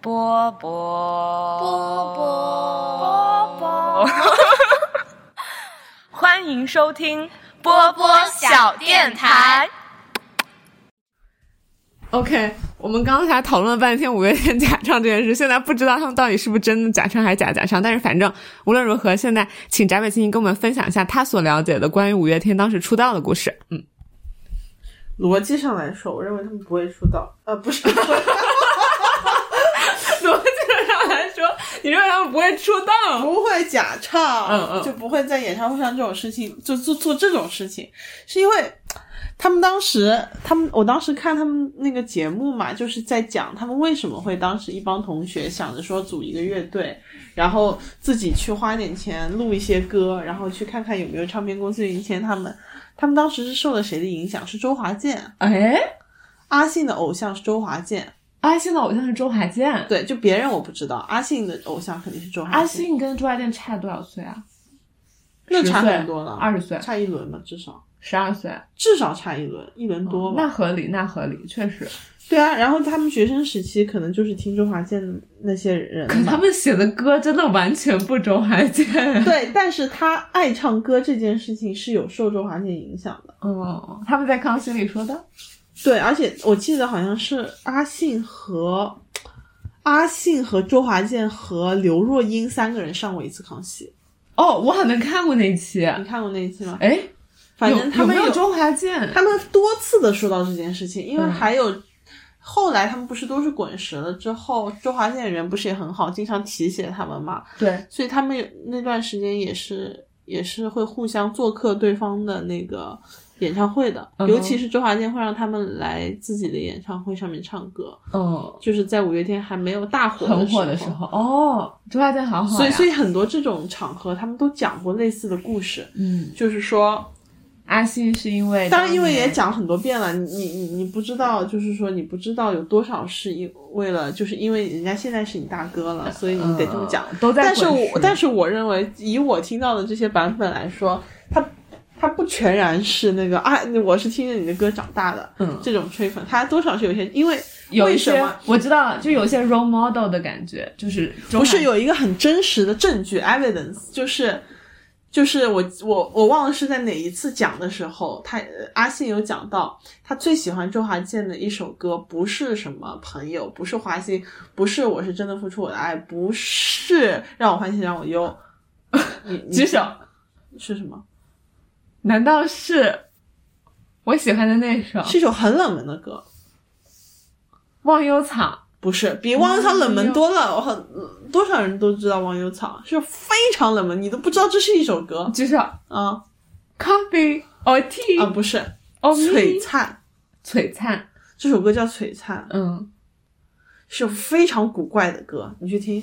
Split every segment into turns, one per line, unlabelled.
波波
波
波波， 欢迎收听波波小电台。
OK，我们刚才讨论了半天五月天假唱这件事，现在不知道他们到底是不是真的假唱还是假假唱，但是反正无论如何，现在请翟北青跟我们分享一下他所了解的关于五月天当时出道的故事。嗯，
逻辑上来说，我认为他们不会出道。呃，不是，
逻辑上来说，你认为他们不会出道？
不会假唱，
嗯嗯
就不会在演唱会上这种事情，就做做这种事情，是因为他们当时，他们我当时看他们那个节目嘛，就是在讲他们为什么会当时一帮同学想着说组一个乐队，然后自己去花点钱录一些歌，然后去看看有没有唱片公司云签他们。他们当时是受了谁的影响？是周华健，
哎，
阿信的偶像是周华健。
阿信的偶像是周华健，
对，就别人我不知道，阿信的偶像肯定是周华健。
阿信跟周华健差多少岁啊？
那差
10岁
很多了，
20岁
差一轮吧，至少
十二岁，
至少差一轮，一轮多吧。
哦那合理，那合理，确实。
对啊，然后他们学生时期可能就是听周华健那些人嘛，
可他们写的歌真的完全不周华健。
对，但是他爱唱歌这件事情是有受周华健影响的。
嗯，他们在《康熙》里说的。
对，而且我记得好像是阿信和阿信和周华健和刘若英三个人上过一次康熙，
哦，我好像看过那一期。
你看过那一期吗？
哎，
反正他
有
们
有没有周华健？
他们多次的说到这件事情，因为
嗯
还有、后来他们不是都是滚石了之后，周华健人不是也很好，经常提携他们嘛，
对，
所以他们有那段时间也是也是会互相做客对方的那个演唱会的，
嗯哼
尤其是周华健会让他们来自己的演唱会上面唱歌，
嗯，
就是在五月天还没有大火
很火的时
时候。
候。哦，周华健好好
所以，
呀。
所以很多这种场合，他们都讲过类似的故事，
嗯，
就是说，
阿信是因为
当然，因为也
年
讲很多遍了，你你你你不知道，就是说你不知道有多少是因为了，就是因为人家现在是你大哥了，所以你得这么讲。
嗯都在
但是
滚石
我但是我认为，以我听到的这些版本来说，他他不全然是那个啊，我是听着你的歌长大的，
嗯
这种吹粉，他多少是有些，因为
有一
为什
些
么
我知道了，就有一些 role model 的感觉，就是周华
不是有一个很真实的证据 evidence，就是就是我我我忘了是在哪一次讲的时候，他呃阿信有讲到他最喜欢周华健的一首歌不是什么朋友，不是花心，不是我是真的付出我的爱，不是让我欢喜让我忧， 你你
举手，
是什么？
难道是我喜欢的那首《
是一首很冷门的歌，
忘忧草
不是比忘忧草冷门多了，我很多少人都知道忘忧草是非常冷门，你都不知道这是一首歌》？
举手
啊
，Coffee or
啊
tea
不是
or me？
璀璨。
璀璨，
这首歌叫《璀璨
嗯，》，
是非常古怪的歌，你去听，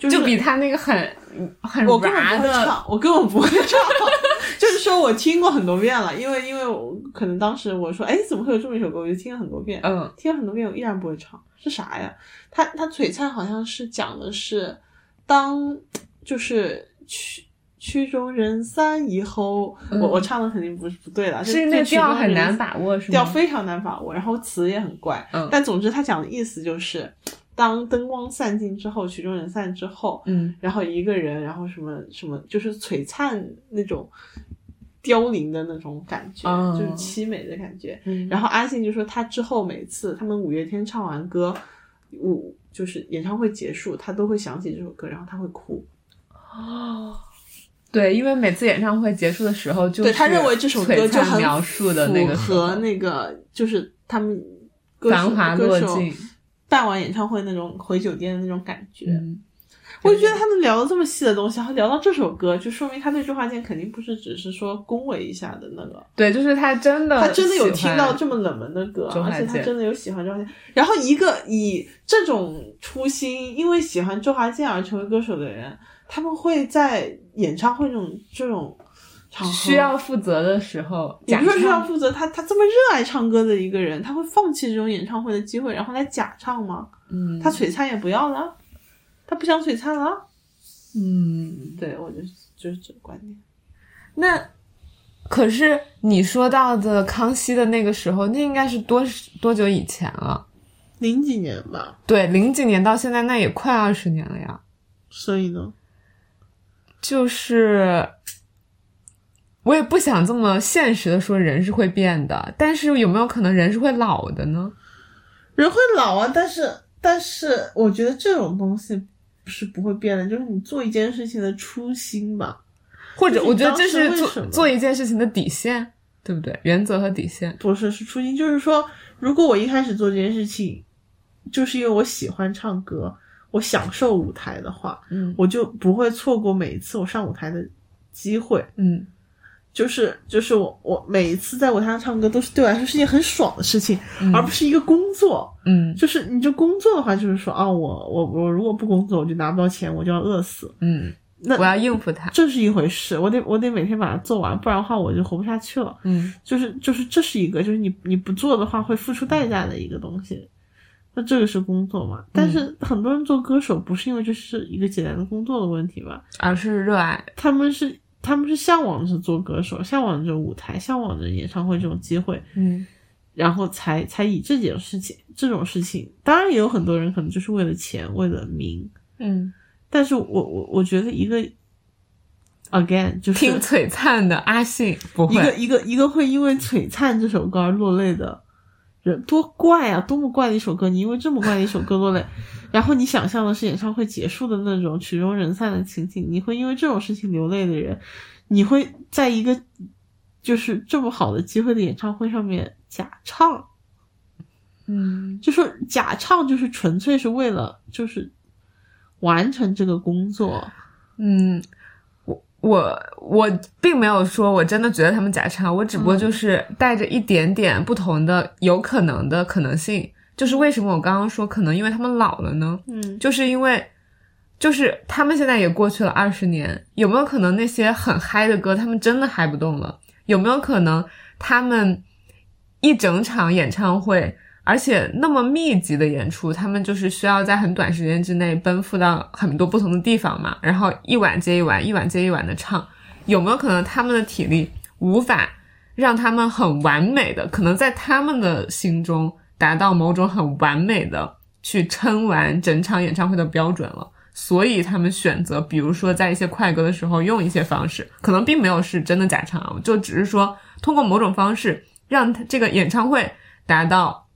就是
就比他那个很很
我根本
ra
不会
的
唱，我根本不会唱， 就是说我听过很多遍了，因为因为我可能当时我说，哎，怎么会有这么一首歌？我就听了很多遍，
嗯
听了很多遍，我依然不会唱，是啥呀？它它《璀璨》好像是讲的是当就是曲曲终人散以后，我我唱的肯定不是不对了，
嗯啊是那
就曲终
调很
人
难
散
把握，是
调
吗？
非常难把握，然后词也很怪。
嗯
但总之他讲的意思就是，当灯光散尽之后，曲终人散之后，
嗯，
然后一个人，然后什么什么，就是璀璨那种凋零的那种感觉，
哦
就是凄美的感觉。
嗯
然后阿信就说，他之后每次他们五月天唱完歌，五就是演唱会结束，他都会想起这首歌，然后他会哭。
对，因为每次演唱会结束的时候，就是
对他认为这首歌
璀
就
璨
很
描述的那个时
符
候
合那个就是他们歌手
繁华
歌
落
手
尽，
办完演唱会那种回酒店的那种感觉。
嗯，
我就觉得他们聊的这么细的东西，还聊到这首歌，就说明他对周华健肯定不是只是说恭维一下的那个，
对，就是他真的，
他真的有听到这么冷门的歌，啊
周华
而
健
且他真的有喜欢周华呃健。然后一个以这种初心，因为喜欢周华健而成为歌手的人，他们会在演唱会这种这种场合
需。要负责的时候，
也
假
不是说需要
唱，
负责他，他这么热爱唱歌的一个人，他会放弃这种演唱会的机会，然后来假唱吗？
嗯，
他璀璨也不要了，他不想璀璨了。
嗯，
对，我就是就是这个观点。
那可是你说到的康熙的那个时候，那应该是多多久以前了？
零几年吧，
对，零几年到现在，那也快二十年了呀。
所以呢，
就是我也不想这么现实的说人是会变的，但是有没有可能人是会老的呢？
人会老啊，但是但是我觉得这种东西是不会变的，就是你做一件事情的初心吧，
或者
就是
我觉得
当
这
时
是
为
做
什么
做一件事情的底线，对不对？原则和底线。
不是是初心，就是说，如果我一开始做这件事情，就是因为我喜欢唱歌，我享受舞台的话，
嗯
我就不会错过每一次我上舞台的机会。
嗯，
就是就是我我每一次在舞台上唱歌都是对我来说是一件很爽的事情，而不是一个工作。
嗯
就是你就工作的话，就是说啊，我我我如果不工作，我就拿不到钱，我就要饿死。
嗯，
那
我要应付他。
这是一回事，我得我得每天把它做完，不然的话我就活不下去了。
嗯，
就是就是这是一个，就是你你不做的话会付出代价的一个东西。那这个是工作嘛？但
嗯
是很多人做歌手不是因为这是一个简单的工作的问题吧？
而是热爱。
他们是他们是向往着做歌手，向往着舞台，向往着演唱会这种机会，
嗯
然后才才以这件事情这种事情。当然也有很多人可能就是为了钱，为了名，
嗯，
但是我我我觉得一个 again 就是
听璀璨的阿信不
嗯一个
会。
一个一个会因为《璀璨》这首歌而落泪的人，多怪啊！多么怪的一首歌，你因为这么怪的一首歌落泪，然后你想象的是演唱会结束的那种曲终人散的情景，你会因为这种事情流泪的人，你会在一个就是这么好的机会的演唱会上面假唱，
嗯
就说假唱就是纯粹是为了就是完成这个工作，
嗯，我我我并没有说我真的觉得他们假唱，我只不过就是带着一点点不同的有可能的可能性。就是为什么我刚刚说可能因为他们老了呢？
嗯，
就是因为，就是他们现在也过去了二十年，有没有可能那些很嗨的歌，他们真的嗨不动了？有没有可能他们一整场演唱会，而且那么密集的演出，他们就是需要在很短时间之内奔赴到很多不同的地方嘛，然后一晚接一晚，一晚接一晚的唱，有没有可能他们的体力无法让他们很完美的，可能在他们的心中达到某种很完美的去撑完整场演唱会的标准了。所以他们选择，比如说在一些快歌的时候用一些方式，可能并没有是真的假唱啊，就只是说通过某种方式让他这个演唱会达到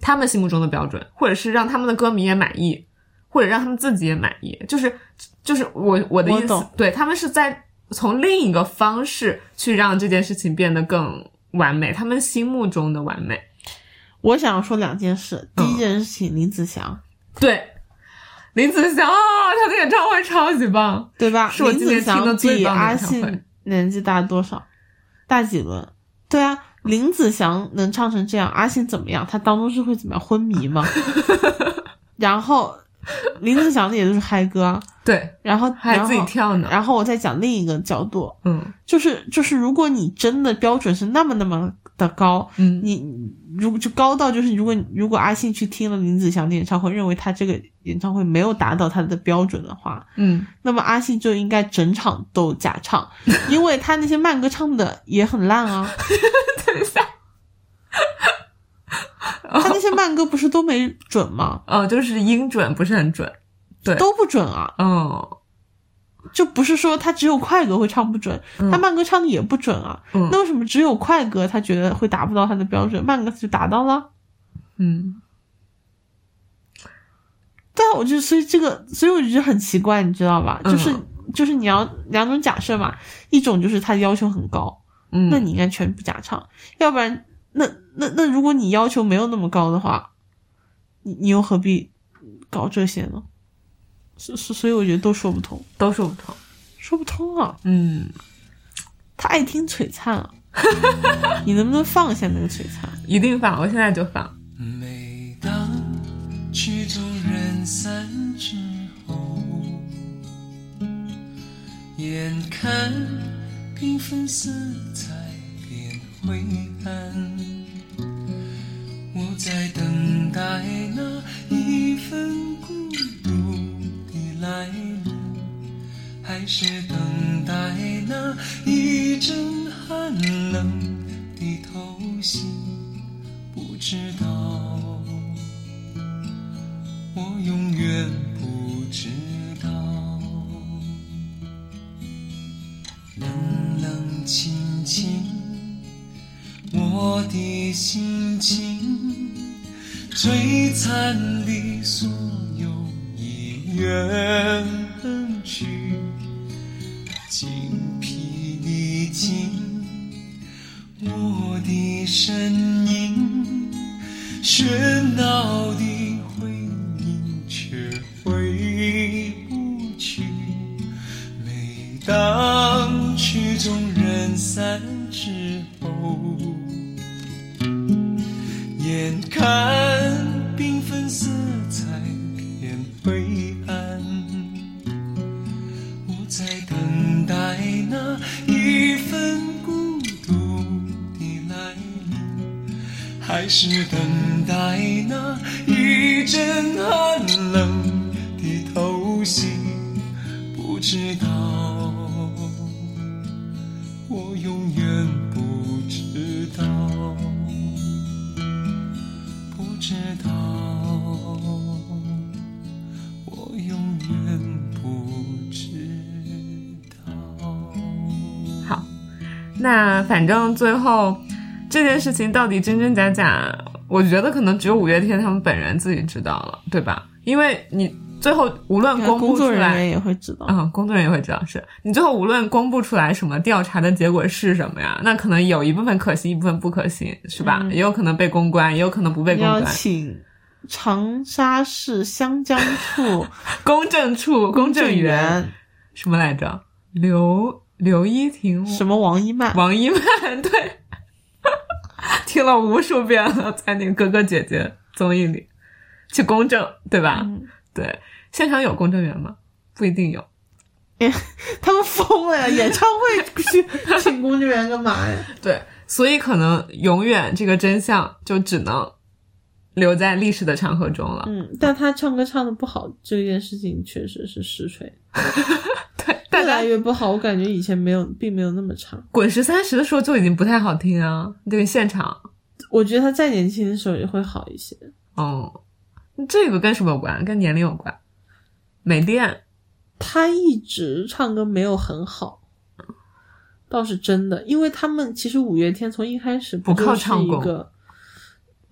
他们心目中的标准，或者是让他们的歌迷也满意，或者让他们自己也满意，就是就是我我的
我
意思
懂，
对他们是在从另一个方式去让这件事情变得更完美，他们心目中的完美。
我想要说两件事，第
嗯
一件事情，林子祥。
对，林子祥啊、他的演唱会超级棒，
对吧？
是我
林
今年
子
听
祥
的最
比
棒的
阿
演唱会
信年纪大多少？大几轮？对啊，林子祥能唱成这样，阿信怎么样？他当中是会怎么样昏迷吗？ 然后林子祥的也就是嗨歌，啊
对，
然后
还
然后
自己跳呢
然后我再讲另一个角度，
嗯
就是就是，如果你真的标准是那么那么的高，
嗯
你你如果就高到就是，如果如果阿信去听了林子祥的演唱会，认为他这个演唱会没有达到他的标准的话，
嗯
那么阿信就应该整场都假唱，因为他那些慢歌唱的也很烂啊。等一下，他那些慢歌不是都没准吗？
哦，就是音准不是很准，对
都不准啊，
哦，
就不是说他只有快歌会唱不准，他慢歌唱的也不准啊。
嗯
那为什么只有快歌他觉得会达不到他的标准，慢歌他就达到了？
嗯
对啊，我就所以这个，所以我就觉得很奇怪，你知道吧？
嗯
就是、就是你要两种假设嘛，一种就是他要求很高，
嗯，
那你应该全部假唱，要不然那那那如果你要求没有那么高的话，你你又何必搞这些呢？所所所以我觉得都说不通，
都说不通，
说不通啊！
嗯，
他爱听璀璨 啊，你能不能放下那个璀璨？
一定放，我现在就放，
每当曲终人散之后，眼看缤纷色彩变灰暗，我在等待那一份孤独的来临。还是等待那一阵寒冷的透析。不知道知道。冷冷清清，我的心情，摧残的所有已远去，精疲力尽，我的身影，喧闹的回音却回不去。每当曲终人散之后，眼看缤纷色彩变灰暗，我在等待那一份孤独的来临，还是等待那一阵寒冷的透析？不知道，我永远不知道，不知道，我永远不知道。
好，那反正最后这件事情到底真真假假，我觉得可能只有五月天他们本人自己知道了，对吧？因为你最后无论公
啊工
布出
作人员
来。
也会知道。
嗯，工作人员会知道，是你最后无论公布出来什么调查的结果是什么呀？那可能有一部分可信，一部分不可信，是吧？也有可能被公关，也有可能不被公
要
关。
请长沙市湘江处
公证处 公证员
员
什么来着？刘刘依婷，
什么王一曼，
王一曼， 对，听了无数遍了，在那个哥哥姐姐综艺里去公证，对吧？
嗯
对，现场有公证员吗？不一定有。
他们疯了呀！演唱会去请工作人员干嘛呀？
对，所以可能永远这个真相就只能留在历史的长河中了。
嗯，但他唱歌唱的不好，这件事情确实是实锤，
对，大
越来
家
越不好。我感觉以前没有，并没有那么差。
滚石三十的时候就已经不太好听啊，这个现场，
我觉得他再年轻的时候也会好一些。
哦，这个跟什么有关？跟年龄有关。美恋，
他一直唱歌没有很好，倒是真的，因为他们其实五月天从一开始不
不靠
就是
唱
一
功
个，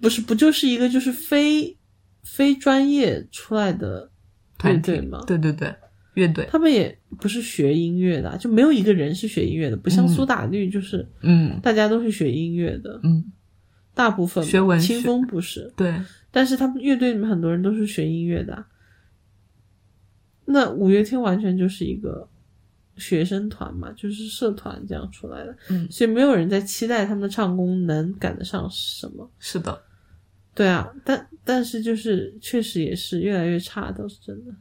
不是不就是一个就是非非专业出来的乐
团体
队吗？
对对对，乐队，
他们也不是学音乐的啊，就没有一个人是学音乐的，不像苏打绿，就是、
嗯
大家都是学音乐的，
嗯，
大部分嘛
学文学
清风不是，
对。
但是他们乐队里面很多人都是学音乐的啊。那五月天完全就是一个学生团嘛，就是社团这样出来的，
嗯
所以没有人在期待他们的唱功能赶得上什么。
是的，
对啊，但但是就是确实也是越来越差，倒是真的。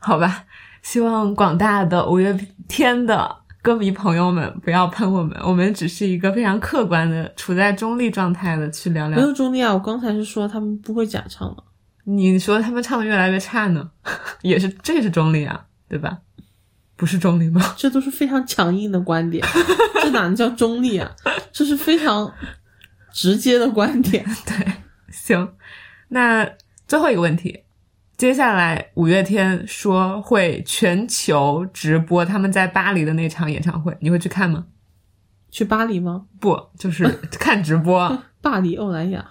好吧，希望广大的五月天的歌迷朋友们不要喷我们，我们只是一个非常客观的、处在中立状态的去聊
没
聊。
有中立啊，我刚才是说他们不会假唱了，
你说他们唱的越来越差呢， 也是这是中立啊，对吧？不是中立吗？
这都是非常强硬的观点， 这哪能叫中立啊？这是非常直接的观点。
行，那最后一个问题，接下来五月天说会全球直播他们在巴黎的那场演唱会，你会去看吗？
去巴黎吗？
不，就是 看直播。啊
巴黎欧莱雅，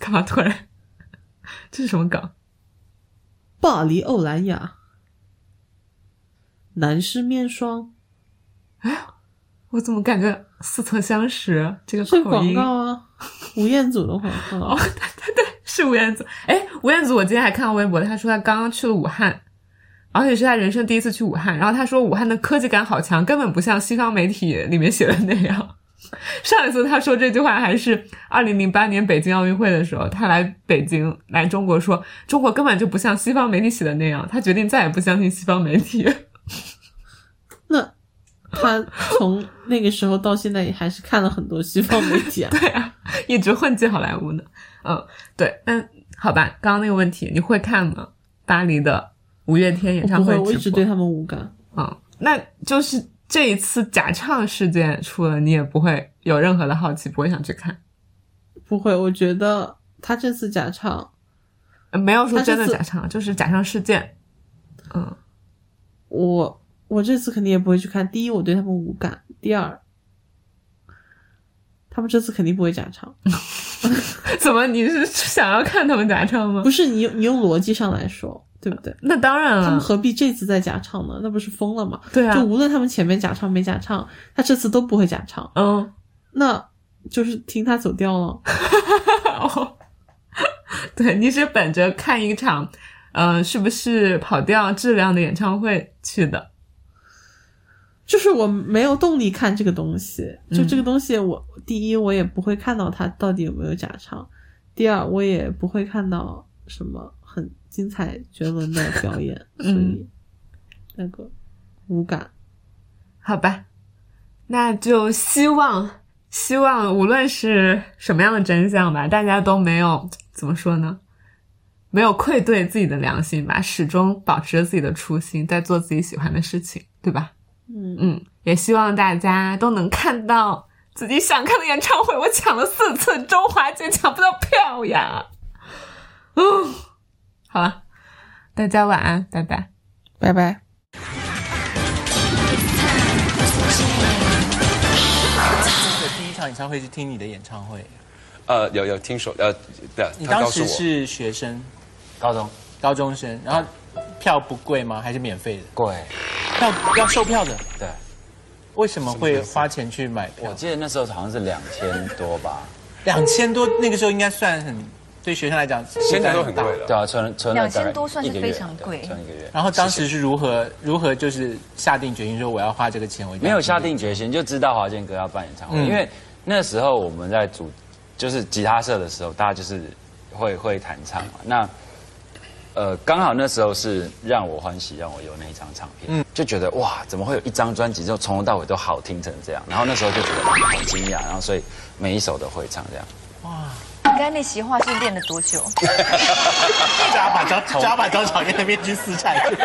干嘛突然？ 这是什么梗？
巴黎欧莱雅，男士面霜，
我怎么感觉似曾相识？这个
这个
口
广
音
告啊，吴彦祖的广告
哦，。 对对对，是吴彦祖。哎，吴彦祖，我今天还看到微博，他说他刚刚去了武汉，而且是他人生第一次去武汉。然后他说武汉的科技感好强，根本不像西方媒体里面写的那样。 上一次他说这句话还是二零零八年北京奥运会的时候，他来北京来中国说中国根本就不像西方媒体写的那样，他决定再也不相信西方媒体。
那他从那个时候到现在也还是看了很多西方媒体 啊。
对啊，一直混迹好莱坞呢。嗯，对，但好吧，刚刚那个问题，你会看吗？巴黎的五月天演
我
唱
不
会
会，我一
直
直
播
对？他们无感。
嗯，那就是这一次假唱事件出了，你也不会有任何的好奇，不会想去看。
不会，我觉得他这次假唱，
呃没有说
他这
真的
次
假唱，就是假唱事件。嗯，
我我这次肯定也不会去看。第一，我对他们无感；第二，他们这次肯定不会假唱。
怎么你是想要看他们假唱吗
不？是你你用逻辑上来说，对不对？
那当然
他们
了，
何必这次再假唱呢？那不是疯了吗？
对啊
就，无论他们前面假唱没假唱，他这次都不会假唱，
嗯，
那就是听他走调了。
哦， 对，你是本着看一场，呃，是不是跑调质量的演唱会去的？
就是我没有动力看这个东西，
嗯
就这个东西我，第一我也不会看到他到底有没有假唱，第二我也不会看到什么很精彩绝伦的表演，所以那个无感。
好吧，那就希望希望无论是什么样的真相吧，大家都没有怎么说呢，没有愧对自己的良心吧，始终保持着自己的初心，在做自己喜欢的事情，对吧？
嗯，
嗯，也希望大家都能看到自己想看的演唱会。我抢了四次周华健，抢不到票呀。嗯，好了，大家晚安，拜拜。
拜拜。
的第一场演唱会是听你的演唱会，
呃，有有听说，呃，对，
你
他
当
告诉
时
我
是学生，
高中
高中生，然后票不贵吗？还是免费的？
贵，
票要售票的，
对，
为什么会花钱去买票
我？记得那时候好像是两千多吧，
两千多，那个时候应该算很，对学生来讲，
现在都
负担
很
大
贵。了，
对啊，存存了大概
2000多算是
一个月
非常贵
对存一个月。
然后当时是如何如何就是下定决心说我要花这个钱，我一定
没
要
有下定决心，就知道华健哥要办演唱会，
嗯
因为那时候我们在组就是吉他社的时候，大家就是会会弹唱嘛。那呃，刚好那时候是让我欢喜让我忧那一张唱片，
嗯
就觉得哇，怎么会有一张专辑就从头到尾都好听成这样？然后那时候就觉得哇好惊讶，然后所以每一首都会唱这样。
你该那席话是练了多久？
抓把张抓把张长燕那边去撕下去，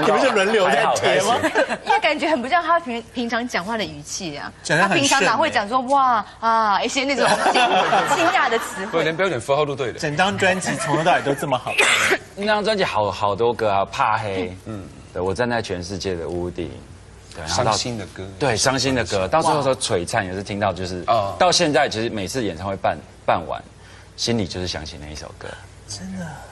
你们是轮流在贴吗？
因为感觉很不像他平平常讲话的语气啊。
讲得
他
很
平常
顺
哪
欸
会讲说哇啊一些那 种惊惊讶的词
不
汇？
连标准符号都对的。
整张专辑从头到尾都这么好，
那张专辑好好多歌啊，怕黑，嗯，对我站在全世界的屋顶，对，然后到
伤心的歌，
对伤心的歌，到最后说璀璨也是听到，就是
哦
到现在其实每次演唱会办办完，心里就是想起那一首歌，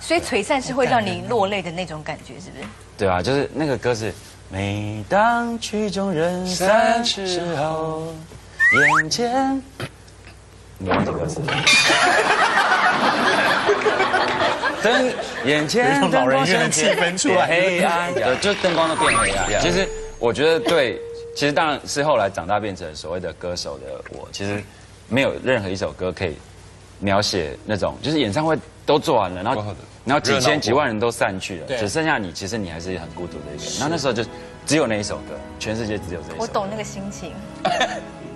所以璀璨是会让你落泪的那种感觉，是不是？
对啊，就是那个歌是每当曲终人散时候，眼前。你忘记歌 词了？灯眼前
有一种老人院的
灯光闪起
气氛出来
变黑暗，对就灯光都变黑暗。其实我觉得对，其实当然是后来长大变成所谓的歌手的我，其实没有任何一首歌可以描写那种，就是演唱会都做完了，然后
过后的
然后几
热闹
千
过
几万人都散去了，
对
只剩下你，其实你还是很孤独的一个人。然后那时候就只有那一首歌，全世界只有这一首。
我懂那个心情，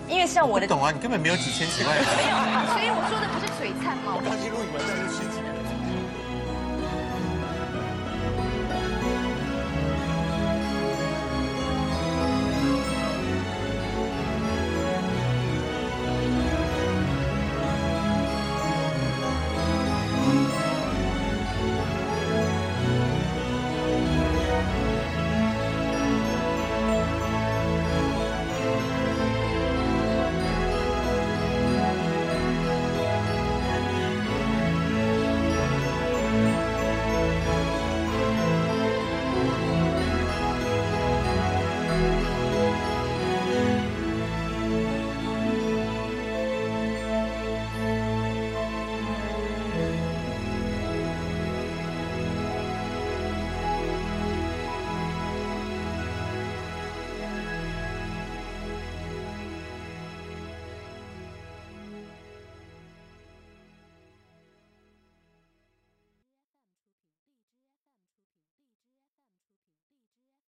因为像我
我
的，
懂啊，你根本没有几千几万人。
所以我说的不是璀璨嘛，我
他去录